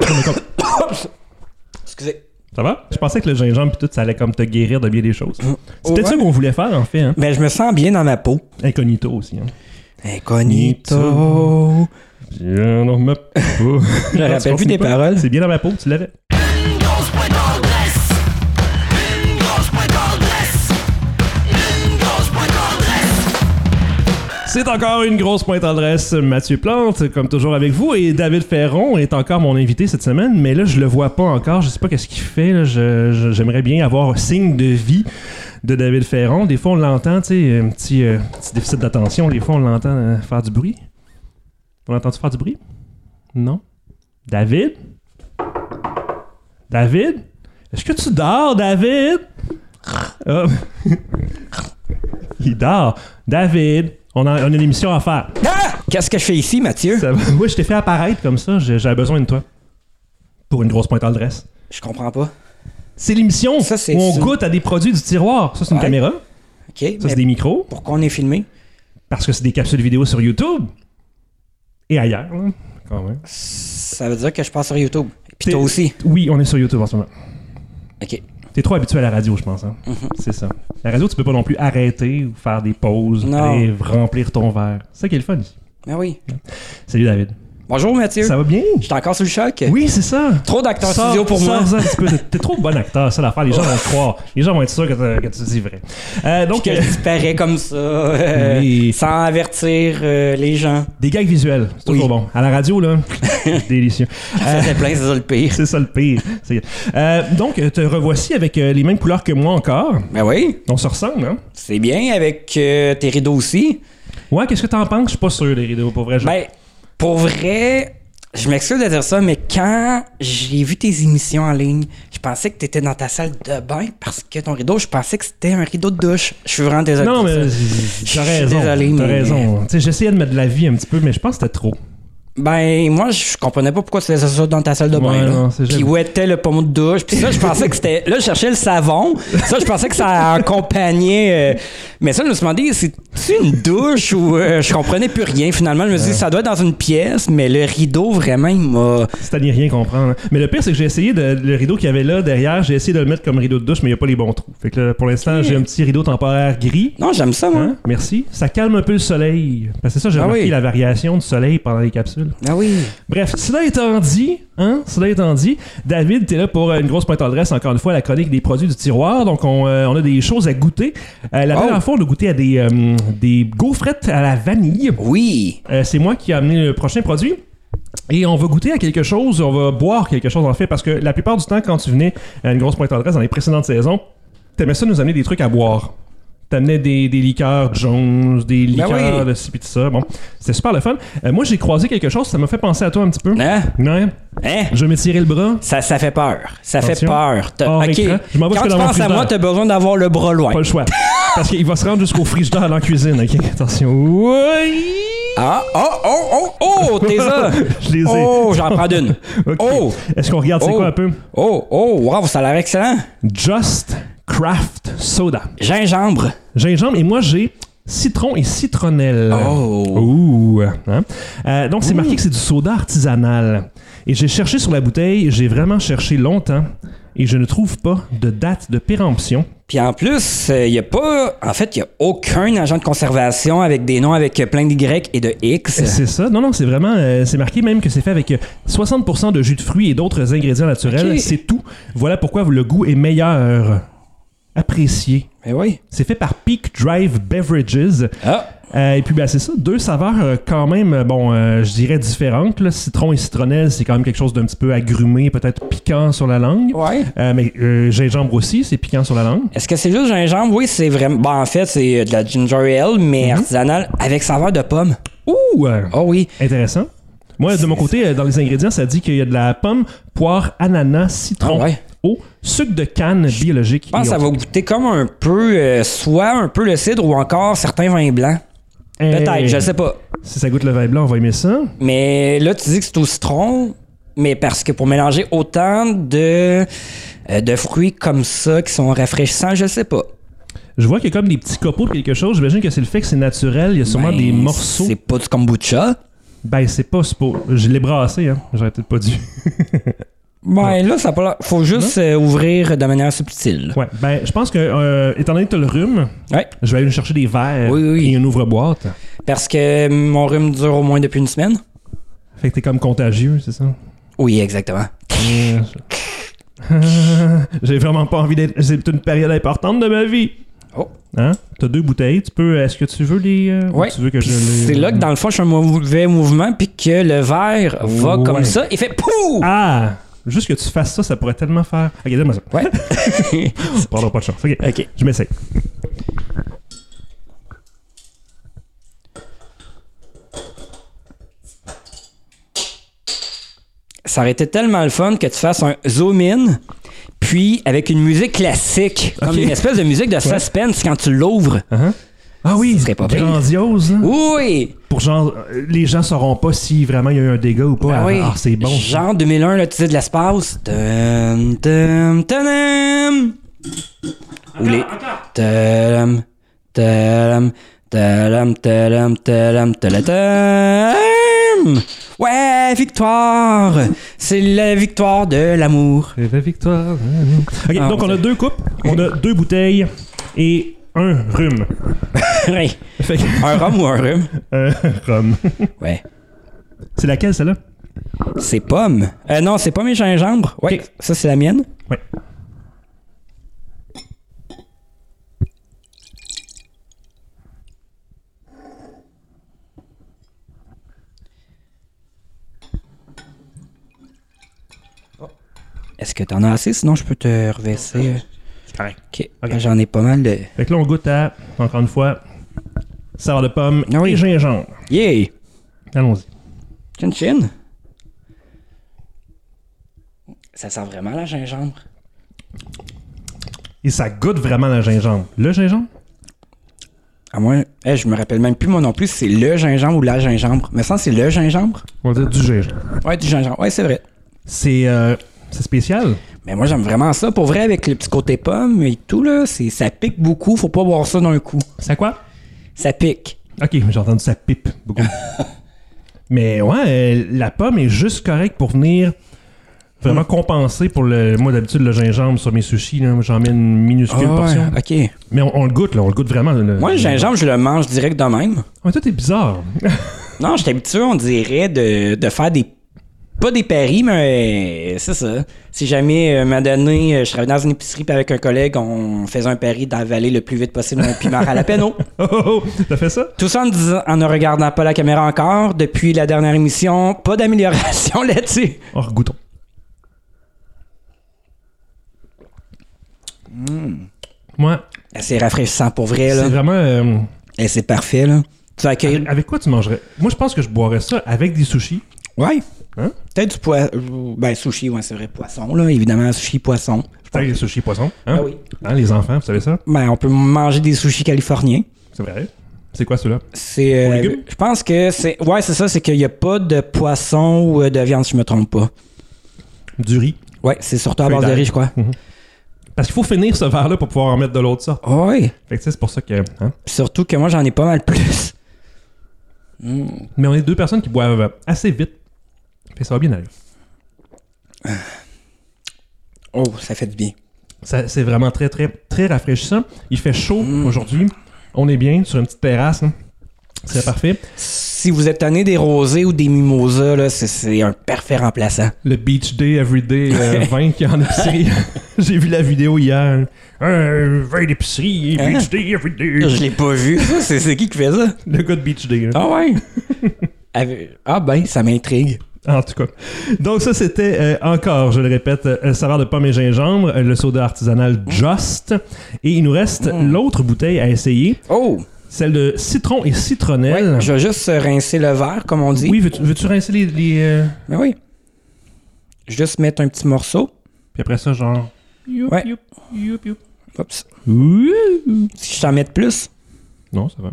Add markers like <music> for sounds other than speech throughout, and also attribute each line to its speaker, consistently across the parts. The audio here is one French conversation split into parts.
Speaker 1: mais comme-
Speaker 2: Excusez.
Speaker 1: Ça va? Je pensais que le gingembre pis tout, ça allait comme te guérir de bien des choses. C'est peut-être
Speaker 2: Oh, Ouais.
Speaker 1: ça qu'on voulait faire, en fait, hein?
Speaker 2: Mais Ben, je me sens bien dans ma peau.
Speaker 1: Incognito aussi, hein?
Speaker 2: Incognito.
Speaker 1: Bien dans ma peau.
Speaker 2: <laughs>
Speaker 1: Je
Speaker 2: rappelle plus tes paroles.
Speaker 1: C'est bien dans ma peau, tu l'avais. C'est encore une grosse pointe adresse. Mathieu Plante, comme toujours avec vous, et David Ferron est encore mon invité cette semaine, mais là, je le vois pas encore. Je sais pas qu'est-ce qu'il fait. là. Je- je- J'aimerais bien avoir un signe de vie de David Ferron. Des fois, on l'entend, tu sais, un petit, euh, petit déficit d'attention. Des fois, on l'entend euh, faire du bruit. On l'entend-tu faire du bruit? Non. David? David? Est-ce que tu dors, David? Ah. Il dort. David, on a, on a une émission à faire.
Speaker 2: Ah! Qu'est-ce que je fais ici, Mathieu?
Speaker 1: Ça va? Ouais, je t'ai fait apparaître comme ça. J'ai- J'avais besoin de toi. Pour une grosse pointe adresse.
Speaker 2: Je comprends pas.
Speaker 1: C'est l'émission
Speaker 2: Ça, c'est
Speaker 1: où on
Speaker 2: ça.
Speaker 1: goûte à des produits du tiroir. Ça, c'est une
Speaker 2: Ouais.
Speaker 1: caméra.
Speaker 2: OK. mais
Speaker 1: Ça, c'est des micros.
Speaker 2: Pourquoi on est filmé?
Speaker 1: Parce que c'est des capsules vidéo sur YouTube. Et ailleurs, là, quand même.
Speaker 2: Ça veut dire que je passe sur YouTube. Puis
Speaker 1: T'es-
Speaker 2: toi aussi.
Speaker 1: Oui, on est sur YouTube en ce moment.
Speaker 2: OK.
Speaker 1: T'es trop habitué à la radio, je pense. Hein?
Speaker 2: Mm-hmm.
Speaker 1: C'est ça. La radio, tu peux pas non plus arrêter ou faire des pauses,
Speaker 2: Non.
Speaker 1: aller remplir ton verre. C'est ça qui est le fun. ici.
Speaker 2: Ben oui.
Speaker 1: Salut David.
Speaker 2: Bonjour, Mathieu.
Speaker 1: Ça va bien?
Speaker 2: Je suis encore sous le choc?
Speaker 1: Oui, c'est ça.
Speaker 2: Trop d'acteurs
Speaker 1: Sors-
Speaker 2: studio pour moi.
Speaker 1: sors-en un petit peu. T'es- T'es trop bon acteur, ça l'affaire. Les gens vont te croire. Les gens vont être sûrs que, t'as- que tu dis vrai. Euh, donc,
Speaker 2: Que
Speaker 1: euh,
Speaker 2: je disparais comme ça,
Speaker 1: <laughs>
Speaker 2: euh,
Speaker 1: Oui.
Speaker 2: sans avertir euh, les gens.
Speaker 1: des gags visuels, c'est toujours
Speaker 2: Oui.
Speaker 1: bon. À la radio,
Speaker 2: <laughs>
Speaker 1: là, délicieux. Euh, Ah.
Speaker 2: Ça, c'est plein, c'est ça le pire.
Speaker 1: C'est ça le pire. C'est- Euh, donc, te revoici avec euh, les mêmes couleurs que moi encore.
Speaker 2: Ben oui,
Speaker 1: On se ressemble, hein?
Speaker 2: c'est bien avec euh, tes rideaux aussi.
Speaker 1: Ouais, qu'est-ce que t'en penses? Je suis pas sûr des rideaux, pour vrai. je-
Speaker 2: Ben, pour vrai, je m'excuse de dire ça, mais quand j'ai vu tes émissions en ligne, je pensais que t'étais dans ta salle de bain parce que ton rideau, je pensais que c'était un rideau de douche. Je suis vraiment désolé.
Speaker 1: Non,
Speaker 2: pour
Speaker 1: mais
Speaker 2: ça.
Speaker 1: t'as
Speaker 2: suis
Speaker 1: raison.
Speaker 2: désolé,
Speaker 1: T'as
Speaker 2: mais-
Speaker 1: raison. Tu sais, j'essayais de mettre de la vie un petit peu, mais je pense que c'était trop.
Speaker 2: Ben, moi, je comprenais pas pourquoi tu faisais ça dans ta salle de
Speaker 1: Ouais,
Speaker 2: bain. là.
Speaker 1: non, c'est
Speaker 2: Puis
Speaker 1: jamais-
Speaker 2: où était le pommeau de douche. Puis ça, je pensais que c'était. Là, je cherchais le savon. Ça, je pensais que ça accompagnait. euh, Mais ça, je me suis demandé, c'est-tu une douche ou. euh, je comprenais plus rien. Finalement, je me suis dit, ça doit être dans une pièce, mais le rideau, vraiment, il m'a.
Speaker 1: C'est à n'y rien comprendre. hein. Mais le pire, c'est que j'ai essayé de, le rideau qu'il y avait là derrière, j'ai essayé de le mettre comme rideau de douche, mais il n'y a pas les bons trous. Fait que là, pour l'instant, j'ai un petit rideau temporaire gris.
Speaker 2: Non, j'aime ça, moi.
Speaker 1: Hein? Merci. Ça calme un peu le soleil. Parce que c'est ça, j'ai
Speaker 2: Ah
Speaker 1: remarqué
Speaker 2: oui.
Speaker 1: la variation du soleil pendant les capsules.
Speaker 2: Ah oui.
Speaker 1: Bref, cela étant dit, hein, cela étant dit, David, t'es là pour euh, une grosse pointe adresse, encore une fois, à la chronique des produits du tiroir. Donc, on, euh, on a des choses à goûter. Euh, la
Speaker 2: Oh.
Speaker 1: dernière fois, on a goûté à des, euh, des gaufrettes à la vanille.
Speaker 2: Oui.
Speaker 1: Euh, c'est moi qui ai amené le prochain produit. Et on va goûter à quelque chose, on va boire quelque chose en fait, parce que la plupart du temps, quand tu venais à une grosse pointe adresse dans les précédentes saisons, t'aimais ça nous amener des trucs à boire. T'amenais des, des liqueurs Jones, des
Speaker 2: Ben
Speaker 1: liqueurs
Speaker 2: oui.
Speaker 1: de ci pis de ça. Bon, c'était super le fun. Euh, moi, j'ai croisé quelque chose, ça m'a fait penser à toi un petit peu.
Speaker 2: Hein?
Speaker 1: Ouais.
Speaker 2: Hein?
Speaker 1: Je vais m'étirer le bras.
Speaker 2: Ça, ça fait peur. Ça
Speaker 1: Attention.
Speaker 2: fait peur. T'as-
Speaker 1: Hors
Speaker 2: Ok.
Speaker 1: écran. Je m'en vais jusque
Speaker 2: Quand tu
Speaker 1: dans mon
Speaker 2: penses à moi,
Speaker 1: frigidaire.
Speaker 2: t'as besoin d'avoir le bras loin.
Speaker 1: Pas le choix. Parce qu'il va se rendre jusqu'au frigidaire dans la cuisine, ok? Attention. Oui! <laughs>
Speaker 2: Ah, oh, oh, oh, oh, t'es ça.
Speaker 1: Je les ai.
Speaker 2: Oh, j'en prends d'une.
Speaker 1: <laughs> Ok.
Speaker 2: Oh,
Speaker 1: Est-ce qu'on regarde c'est
Speaker 2: Oh.
Speaker 1: quoi un peu?
Speaker 2: oh, oh, wow, ça a l'air excellent.
Speaker 1: Just Craft Soda.
Speaker 2: Gingembre.
Speaker 1: Gingembre et moi j'ai citron et citronnelle.
Speaker 2: Oh.
Speaker 1: Ouh. hein. Euh, donc c'est marqué que c'est du soda artisanal. Et j'ai cherché sur la bouteille, j'ai vraiment cherché longtemps et je ne trouve pas de date de péremption.
Speaker 2: Puis en plus, il n'y a pas. En fait, il n'y a aucun agent de conservation avec des noms avec euh, plein de Y et de X.
Speaker 1: C'est ça. Non, non, c'est vraiment. euh, c'est marqué même que c'est fait avec euh, 60% de jus de fruits et d'autres ingrédients naturels.
Speaker 2: Ok.
Speaker 1: C'est tout. Voilà pourquoi le goût est meilleur. Apprécié.
Speaker 2: Mais Eh oui.
Speaker 1: C'est fait par Peak Drive Beverages.
Speaker 2: Ah,
Speaker 1: Euh, et puis ben, c'est ça, deux saveurs euh, quand même, euh, bon, euh, je dirais différentes. Là. Citron et citronnelle, c'est quand même quelque chose d'un petit peu agrumé, peut-être piquant sur la langue.
Speaker 2: ouais.
Speaker 1: Euh, mais euh, gingembre aussi, c'est piquant sur la langue.
Speaker 2: Est-ce que c'est juste gingembre? Oui, c'est vraiment. Bon, en fait, c'est euh, de la ginger ale, mais
Speaker 1: Mm-hmm.
Speaker 2: artisanale avec saveur de pomme.
Speaker 1: Ouh, euh,
Speaker 2: Oh oui.
Speaker 1: intéressant. Moi, de mon côté, euh, dans les ingrédients, ça dit qu'il y a de la pomme, poire, ananas, citron,
Speaker 2: Ah ouais.
Speaker 1: eau, sucre de canne biologique.
Speaker 2: Je pense
Speaker 1: et
Speaker 2: que ça
Speaker 1: autres.
Speaker 2: va goûter comme un peu, euh, soit un peu le cidre ou encore certains vins blancs.
Speaker 1: Hey,
Speaker 2: Peut-être, je sais pas.
Speaker 1: Si ça goûte le vin blanc, on va aimer ça.
Speaker 2: Mais là, tu dis que c'est au citron, mais parce que pour mélanger autant de, euh, de fruits comme ça qui sont rafraîchissants, je sais pas.
Speaker 1: Je vois qu'il y a comme des petits copeaux de quelque chose. J'imagine que c'est le fait que c'est naturel. Il y a sûrement
Speaker 2: Ben,
Speaker 1: des morceaux.
Speaker 2: C'est pas du kombucha. <laughs>
Speaker 1: Ben, c'est pas... c'est pas- Je l'ai brassé, hein. J'aurais peut-être pas dû.
Speaker 2: Ben là, ça a pas l'air- faut juste euh, ouvrir de manière subtile.
Speaker 1: Ouais, ben, je pense que, euh, étant donné que t'as le rhume,
Speaker 2: Ouais.
Speaker 1: je vais aller chercher des verres
Speaker 2: Oui, oui.
Speaker 1: et une ouvre-boîte.
Speaker 2: Parce que mon rhume dure au moins depuis une semaine.
Speaker 1: Fait que t'es comme contagieux, c'est
Speaker 2: <laughs>
Speaker 1: ça?
Speaker 2: Oui, exactement.
Speaker 1: Euh, je- J'ai vraiment pas envie d'être. C'est une période importante de ma vie.
Speaker 2: Oh.
Speaker 1: Hein? T'as deux bouteilles. Tu peux. Est-ce que tu veux les. euh, ou
Speaker 2: Ouais.
Speaker 1: Tu veux que
Speaker 2: Puis
Speaker 1: je euh, les-
Speaker 2: C'est là que dans le fond, je fais un mauvais mouvement, puis que le verre va
Speaker 1: Ouais.
Speaker 2: comme ça et fait pouh!
Speaker 1: Ah! Juste que tu fasses ça, ça pourrait tellement faire. Ok, donne-moi ça.
Speaker 2: Ouais.
Speaker 1: Pardon, pas de chance. <laughs> Ok.
Speaker 2: ok.
Speaker 1: Je m'essaye.
Speaker 2: Ça aurait été tellement le fun que tu fasses un zoom in, puis avec une musique classique, comme
Speaker 1: Ok.
Speaker 2: une espèce de musique de suspense quand tu l'ouvres.
Speaker 1: Hein? Ah oui!
Speaker 2: Ce serait pas pire.
Speaker 1: Grandiose, hein? là.
Speaker 2: Oui!
Speaker 1: Pour genre. euh, Les gens sauront pas si vraiment il y a eu un dégât ou pas.
Speaker 2: Ah
Speaker 1: Ah,
Speaker 2: oui.
Speaker 1: ah, c'est bon. ça.
Speaker 2: Genre 2001, là, tu sais, de l'espace. Dum, dum, tadam. Ou les. Tadam, tadam, tadam, tadam, tadam, tadam. Ouais, victoire! C'est la victoire
Speaker 1: <laughs>
Speaker 2: de l'amour.
Speaker 1: C'est la victoire. Ok,
Speaker 2: Ah,
Speaker 1: donc on
Speaker 2: c'est-
Speaker 1: a deux coupes, on a deux bouteilles et un rhume.
Speaker 2: Ouais.
Speaker 1: Fait que.
Speaker 2: un rhum ou un
Speaker 1: <laughs>
Speaker 2: rhum?
Speaker 1: Euh, rhum.
Speaker 2: Ouais.
Speaker 1: C'est laquelle, celle-là?
Speaker 2: C'est pomme. Euh, non, c'est pomme et gingembre. Ouais,
Speaker 1: Ok.
Speaker 2: ça, c'est la mienne.
Speaker 1: Oui.
Speaker 2: Est-ce que t'en as assez? Sinon, je peux te reverser. euh,
Speaker 1: correct.
Speaker 2: Ok. Ben,
Speaker 1: Ok.
Speaker 2: J'en ai pas mal de.
Speaker 1: Fait que là, on goûte à, encore une fois, saveur de pomme
Speaker 2: Ah oui.
Speaker 1: et gingembre.
Speaker 2: Yeah!
Speaker 1: Allons-y.
Speaker 2: Chin chin. Ça sent vraiment la gingembre.
Speaker 1: Et ça goûte vraiment la gingembre. Le gingembre?
Speaker 2: À moins, Eh, je me rappelle même plus moi non plus si c'est le gingembre ou la gingembre. Mais ça c'est le gingembre.
Speaker 1: On va dire du gingembre.
Speaker 2: Ouais, du gingembre. Ouais, c'est vrai.
Speaker 1: C'est euh, c'est spécial.
Speaker 2: Mais moi j'aime vraiment ça pour vrai avec le petit côté pomme et tout là, c'est ça pique beaucoup, faut pas boire ça d'un coup.
Speaker 1: C'est à quoi?
Speaker 2: Ça pique.
Speaker 1: Ok, j'ai entendu ça pipe
Speaker 2: <laughs>
Speaker 1: beaucoup. Mais ouais, euh, la pomme est juste correcte pour venir vraiment compenser pour le. Moi, d'habitude, le gingembre sur mes sushis, là, j'en mets une minuscule
Speaker 2: Ah,
Speaker 1: portion.
Speaker 2: ouais, OK.
Speaker 1: Mais on, on le goûte, là, on le goûte vraiment. le-
Speaker 2: Moi le gingembre, je le mange direct de même.
Speaker 1: Ouais, toi, t'es bizarre. <laughs>
Speaker 2: Non, je suis habitué, on dirait, de, de faire des. Pas des paris, mais euh, c'est ça. Si jamais, euh, à un moment donné, euh, je travaillais dans une épicerie, puis avec un collègue, on faisait un pari d'avaler le plus vite possible un piment à la <laughs> peine.
Speaker 1: Oh, oh, oh, t'as fait ça?
Speaker 2: Tout ça en, disant- en ne regardant pas la caméra encore. Depuis la dernière émission, pas d'amélioration <laughs> là-dessus.
Speaker 1: Oh, goûtons. Moi,
Speaker 2: Eh, C'est rafraîchissant pour vrai, Mmh. là.
Speaker 1: c'est vraiment. euh,
Speaker 2: Et c'est parfait, là. Tu vas accueillir.
Speaker 1: avec quoi tu mangerais? Moi, je pense que je boirais ça avec des sushis.
Speaker 2: Ah. Ouais.
Speaker 1: Hein?
Speaker 2: Peut-être du poisson. Ben, sushi, ouais, c'est vrai, poisson, là. Évidemment, sushi, poisson.
Speaker 1: Avec des sushis poissons. Hein?
Speaker 2: Ah oui.
Speaker 1: Hein, les enfants, vous savez ça?
Speaker 2: Ben, on peut manger des sushis californiens.
Speaker 1: C'est vrai. C'est quoi ceux-là?
Speaker 2: C'est.
Speaker 1: Aux
Speaker 2: euh,
Speaker 1: légumes?
Speaker 2: je pense que c'est. Ouais, c'est ça, c'est qu'il n'y a pas de poisson ou euh, de viande, si je me trompe pas.
Speaker 1: Du riz.
Speaker 2: Ouais, c'est surtout à
Speaker 1: Feuille
Speaker 2: base de
Speaker 1: d'ail.
Speaker 2: riz, je crois.
Speaker 1: Parce qu'il faut finir ce verre-là pour pouvoir en mettre de l'autre sorte.
Speaker 2: Ouais.
Speaker 1: Fait que tu sais, c'est pour ça que. hein.
Speaker 2: Oh, Surtout que moi, j'en ai pas mal plus. <laughs>
Speaker 1: Mais on est deux personnes qui boivent euh, assez vite. Fait que ça va bien aller.
Speaker 2: Oh, ça fait du bien.
Speaker 1: Ça- C'est vraiment très, très, très rafraîchissant. Il fait chaud aujourd'hui. On est bien sur une petite terrasse. hein. C'est parfait.
Speaker 2: Si vous êtes tanné des rosés ou des mimosas, là, c'est- c'est un parfait remplaçant.
Speaker 1: Le Beach Day Everyday <laughs> euh, vin qui est en épicerie. <laughs> J'ai vu la vidéo hier. Un vin d'épicerie,
Speaker 2: Hein?
Speaker 1: Beach Day Everyday.
Speaker 2: <laughs> Je l'ai pas vu. ça. C'est c'est qui qui fait ça?
Speaker 1: Le gars de Beach Day. là.
Speaker 2: Ah <laughs> ouais? Avec- ah ben, ça m'intrigue.
Speaker 1: En tout cas. Donc, ça, c'était euh, encore, je le répète, euh, saveur de pomme et gingembre, euh, le soda artisanal
Speaker 2: Mm.
Speaker 1: Just. Et il nous reste l'autre bouteille à essayer,
Speaker 2: Oh!
Speaker 1: celle de citron et
Speaker 2: Ouais,
Speaker 1: citronnelle.
Speaker 2: je vais juste rincer le verre, comme on dit.
Speaker 1: Oui, veux-tu veux-tu rincer les. les, euh,
Speaker 2: Mais oui. Juste mettre un petit morceau.
Speaker 1: Puis après ça, genre. Youp,
Speaker 2: Ouais.
Speaker 1: youp, youp, youp.
Speaker 2: Oups.
Speaker 1: Ouh.
Speaker 2: Si je t'en mette plus.
Speaker 1: Non, ça va.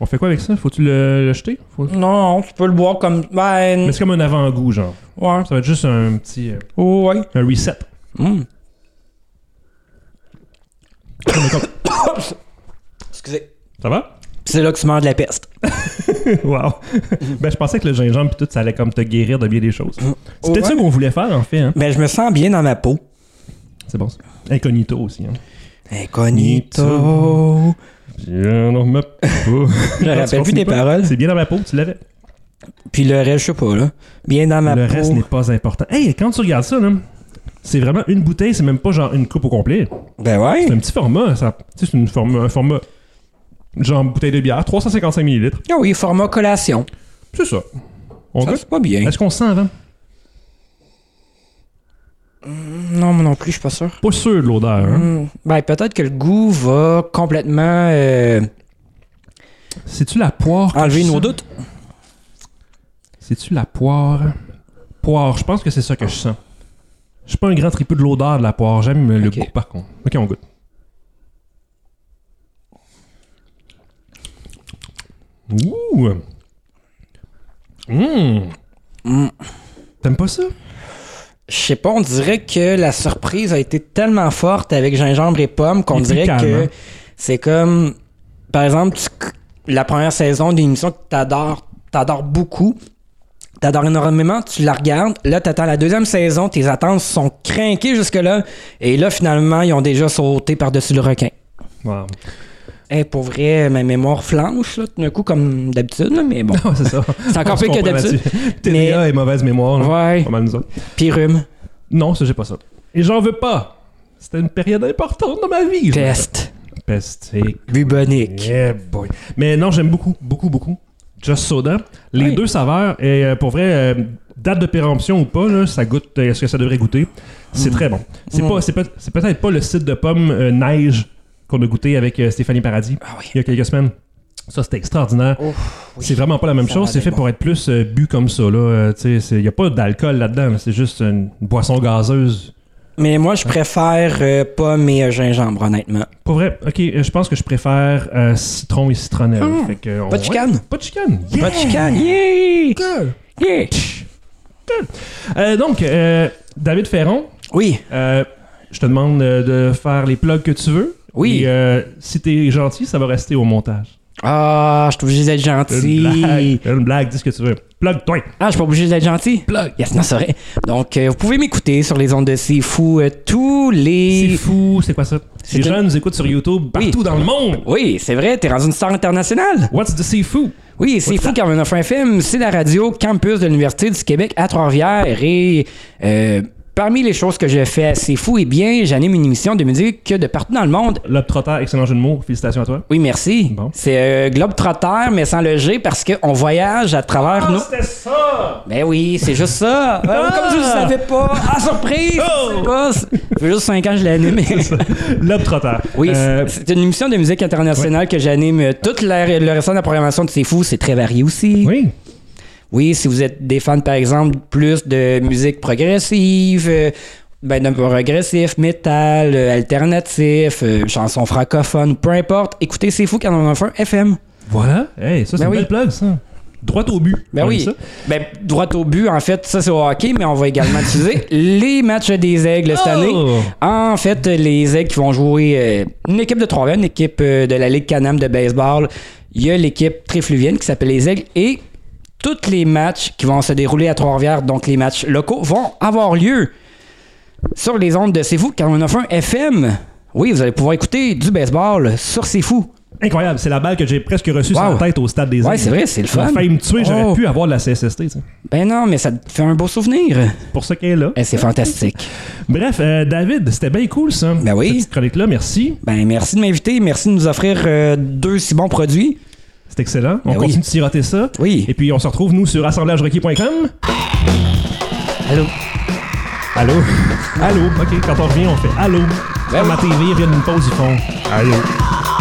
Speaker 1: On fait quoi avec ça Faut-tu le, le jeter Faut-
Speaker 2: Non, tu peux le boire comme. Ben.
Speaker 1: Mais c'est comme un avant-goût, genre.
Speaker 2: Ouais.
Speaker 1: Ça va être juste un petit. euh,
Speaker 2: Oh, ouais.
Speaker 1: un reset.
Speaker 2: Mm.
Speaker 1: On est comme-
Speaker 2: Excusez.
Speaker 1: ça va
Speaker 2: Puis c'est là que tu meurs de la peste.
Speaker 1: wow. <laughs> ben, je pensais que le gingembre pis tout, ça allait comme te guérir de bien des choses. C'est peut-être
Speaker 2: Oh, Ouais.
Speaker 1: ça qu'on voulait faire, en fait. Hein?
Speaker 2: Mais Ben, je me sens bien dans ma peau.
Speaker 1: C'est bon. ça. Incognito aussi. Hein?
Speaker 2: Incognito.
Speaker 1: Je non, ma <laughs> peau.
Speaker 2: Je me rappelle plus des paroles.
Speaker 1: C'est bien dans ma peau, tu l'avais.
Speaker 2: Puis le reste, je sais pas, là. Bien dans ma
Speaker 1: le
Speaker 2: peau.
Speaker 1: reste n'est pas important. Hey, quand tu regardes ça, là, c'est vraiment une bouteille, c'est même pas genre une coupe au complet.
Speaker 2: Ben ouais.
Speaker 1: C'est un petit format. Ça, Tu sais, c'est une forme, un format genre bouteille de bière, 355 millilitres.
Speaker 2: Ah oui, format collation.
Speaker 1: C'est ça. On
Speaker 2: Ça,
Speaker 1: goûte?
Speaker 2: c'est pas bien.
Speaker 1: Est-ce qu'on sent hein? avant?
Speaker 2: Non, moi non plus, je suis pas sûr.
Speaker 1: Pas sûr de l'odeur. hein.
Speaker 2: Hmm. Ben, peut-être que le goût va complètement euh,
Speaker 1: C'est-tu la poire? que
Speaker 2: enlever
Speaker 1: je
Speaker 2: nos
Speaker 1: sens?
Speaker 2: doutes.
Speaker 1: C'est-tu la poire? Poire, je pense que c'est ça que je sens. Je suis pas un grand tripeux de l'odeur de la poire. J'aime le
Speaker 2: Ok.
Speaker 1: goût, par contre. OK, on goûte. Ouh! Hum!
Speaker 2: Mmh.
Speaker 1: T'aimes pas ça?
Speaker 2: Je sais pas, on dirait que la surprise a été tellement forte avec gingembre et pomme qu'on
Speaker 1: Il est plus
Speaker 2: dirait
Speaker 1: calme, hein.
Speaker 2: que c'est comme, par exemple, tu- la première saison d'une émission que t'adores, t'adores beaucoup, t'adores énormément, tu la regardes, là t'attends la deuxième saison, tes attentes sont craquées jusque-là, et là finalement ils ont déjà sauté par-dessus le requin.
Speaker 1: Wow.
Speaker 2: Eh, pour vrai, ma mémoire flanche, là, tout d'un coup, comme d'habitude, là, mais bon.
Speaker 1: Ah, c'est ça.
Speaker 2: <laughs> C'est encore
Speaker 1: On se
Speaker 2: pire que
Speaker 1: comprend
Speaker 2: d'habitude.
Speaker 1: là-dessus. TDA et mauvaise mémoire. là.
Speaker 2: Ouais,
Speaker 1: Pas mal nous autres.
Speaker 2: pis rhume,
Speaker 1: Non, ça, j'ai pas ça. Et j'en veux pas. C'était une période importante dans ma vie. je
Speaker 2: peste,
Speaker 1: me- Peste. Et
Speaker 2: bubonique.
Speaker 1: Yeah, boy. Mais non, j'aime beaucoup, beaucoup, beaucoup. Just Soda. Les
Speaker 2: Oui.
Speaker 1: deux saveurs, et euh, pour vrai, euh, date de péremption ou pas, là, ça goûte euh, ce que ça devrait goûter. C'est très bon. C'est
Speaker 2: Mm.
Speaker 1: pas, c'est peut- c'est peut-être pas le site de pommes euh, neige qu'on a goûté avec euh, Stéphanie Paradis
Speaker 2: Ah oui.
Speaker 1: il y a quelques semaines. Ça, c'était extraordinaire.
Speaker 2: Ouf, oui.
Speaker 1: C'est vraiment pas la même
Speaker 2: Ça
Speaker 1: chose. C'est
Speaker 2: valait
Speaker 1: fait
Speaker 2: bon.
Speaker 1: pour être plus euh, bu comme ça. Il n'y a pas d'alcool là-dedans. là. C'est juste une boisson gazeuse.
Speaker 2: Mais moi, je préfère euh, pomme et euh, gingembre, honnêtement.
Speaker 1: Pour vrai, ok, euh, je pense que je préfère euh, citron et citronnelle.
Speaker 2: Mm.
Speaker 1: Fait que, on-
Speaker 2: Pas de chicane.
Speaker 1: Pas de chicane.
Speaker 2: Pas de
Speaker 1: Yeah!
Speaker 2: chicane, yeah! Yeah!
Speaker 1: Euh, donc, euh, David Ferron,
Speaker 2: Oui,
Speaker 1: euh, je te demande euh, de faire les plugs que tu veux.
Speaker 2: Oui.
Speaker 1: Et, euh, si t'es gentil, ça va rester au montage.
Speaker 2: ah, je suis obligé d'être
Speaker 1: Une
Speaker 2: gentil.
Speaker 1: blague, une blague, dis ce que tu veux. Plug toi.
Speaker 2: Ah, je suis pas obligé d'être gentil?
Speaker 1: Plug.
Speaker 2: Yes, non, c'est vrai. Donc, euh, vous pouvez m'écouter sur les ondes de C'est Fou euh, tous les...
Speaker 1: C'est fou, c'est quoi ça?
Speaker 2: C'est
Speaker 1: Les
Speaker 2: une-
Speaker 1: gens nous écoutent sur YouTube partout dans le monde.
Speaker 2: Oui, c'est vrai, t'es rendu une star internationale.
Speaker 1: What's the C'est fou?
Speaker 2: Oui, c'est fou quand on offre un film. C'est la radio campus de l'Université du Québec à Trois-Rivières. Et euh, parmi les choses que je fais à C'est fou, eh bien, j'anime une émission de musique que de partout dans le monde.
Speaker 1: L'Obtrotter, excellent jeu de mots. Félicitations à toi.
Speaker 2: Oui, merci.
Speaker 1: Bon.
Speaker 2: C'est euh, Globetrotter, mais sans le G, parce qu'on voyage à travers nos...
Speaker 1: Ah, c'était ça! <laughs>
Speaker 2: Ben oui, c'est juste ça. Ben oui, Comme je ne savais pas. Ah, surprise!
Speaker 1: Oh!
Speaker 2: Je sais pas. Ça fait juste 5 ans que je l'ai animé.
Speaker 1: L'Obtrotter.
Speaker 2: Oui, c'est-
Speaker 1: Euh,
Speaker 2: c'est une émission de musique internationale que j'anime euh, toute la, le restant de la programmation de C'est Fou. C'est très varié aussi.
Speaker 1: oui.
Speaker 2: Oui, si vous êtes des fans, par exemple, plus de musique progressive, euh, ben, d'un peu progressif, métal, euh, alternatif, euh, chansons francophones, peu importe, écoutez, c'est fou quand on en fait un FM.
Speaker 1: Voilà. Hey, ça, c'est
Speaker 2: Ben
Speaker 1: une
Speaker 2: oui.
Speaker 1: belle plug, ça. Droit au but.
Speaker 2: Ben
Speaker 1: On
Speaker 2: oui.
Speaker 1: aime ça.
Speaker 2: Ben, droit au but, en fait, ça c'est au hockey, mais on va
Speaker 1: <laughs>
Speaker 2: également utiliser les matchs des aigles cette année.
Speaker 1: Oh!
Speaker 2: En fait, les aigles qui vont jouer euh, une équipe de Trois une équipe euh, de la Ligue Canam de baseball. Il y a l'équipe trifluvienne qui s'appelle les aigles et tous les matchs qui vont se dérouler à Trois-Rivières, donc les matchs locaux, vont avoir lieu sur les ondes de C'est Fou quand on offre un FM. Oui, vous allez pouvoir écouter du baseball sur C'est Fou.
Speaker 1: Incroyable, c'est la balle que j'ai presque reçue sur
Speaker 2: Wow.
Speaker 1: la tête au stade des
Speaker 2: Ouais,
Speaker 1: Îles.
Speaker 2: c'est vrai, c'est le
Speaker 1: Ça
Speaker 2: fun.
Speaker 1: a failli me tuer, j'aurais
Speaker 2: Oh.
Speaker 1: pu avoir de la CSST. tu sais.
Speaker 2: Ben non, mais ça te fait un beau souvenir.
Speaker 1: Pour ça qu'elle est là.
Speaker 2: Eh, c'est fantastique.
Speaker 1: Bref, euh, David, c'était bien cool ça.
Speaker 2: Ben oui.
Speaker 1: Cette petite chronique-là, merci.
Speaker 2: Ben, merci de m'inviter. Merci de nous offrir euh, deux si bons produits.
Speaker 1: C'est excellent. On
Speaker 2: Ben oui.
Speaker 1: continue de siroter ça.
Speaker 2: Oui.
Speaker 1: Et puis on se retrouve, nous, sur assemblagerequis.com.
Speaker 2: Allô?
Speaker 1: Allô? <laughs> Allô? OK, quand on revient, on fait allô.
Speaker 2: Ben
Speaker 1: Comme à TV, ils viennent d'une pause, ils font allô.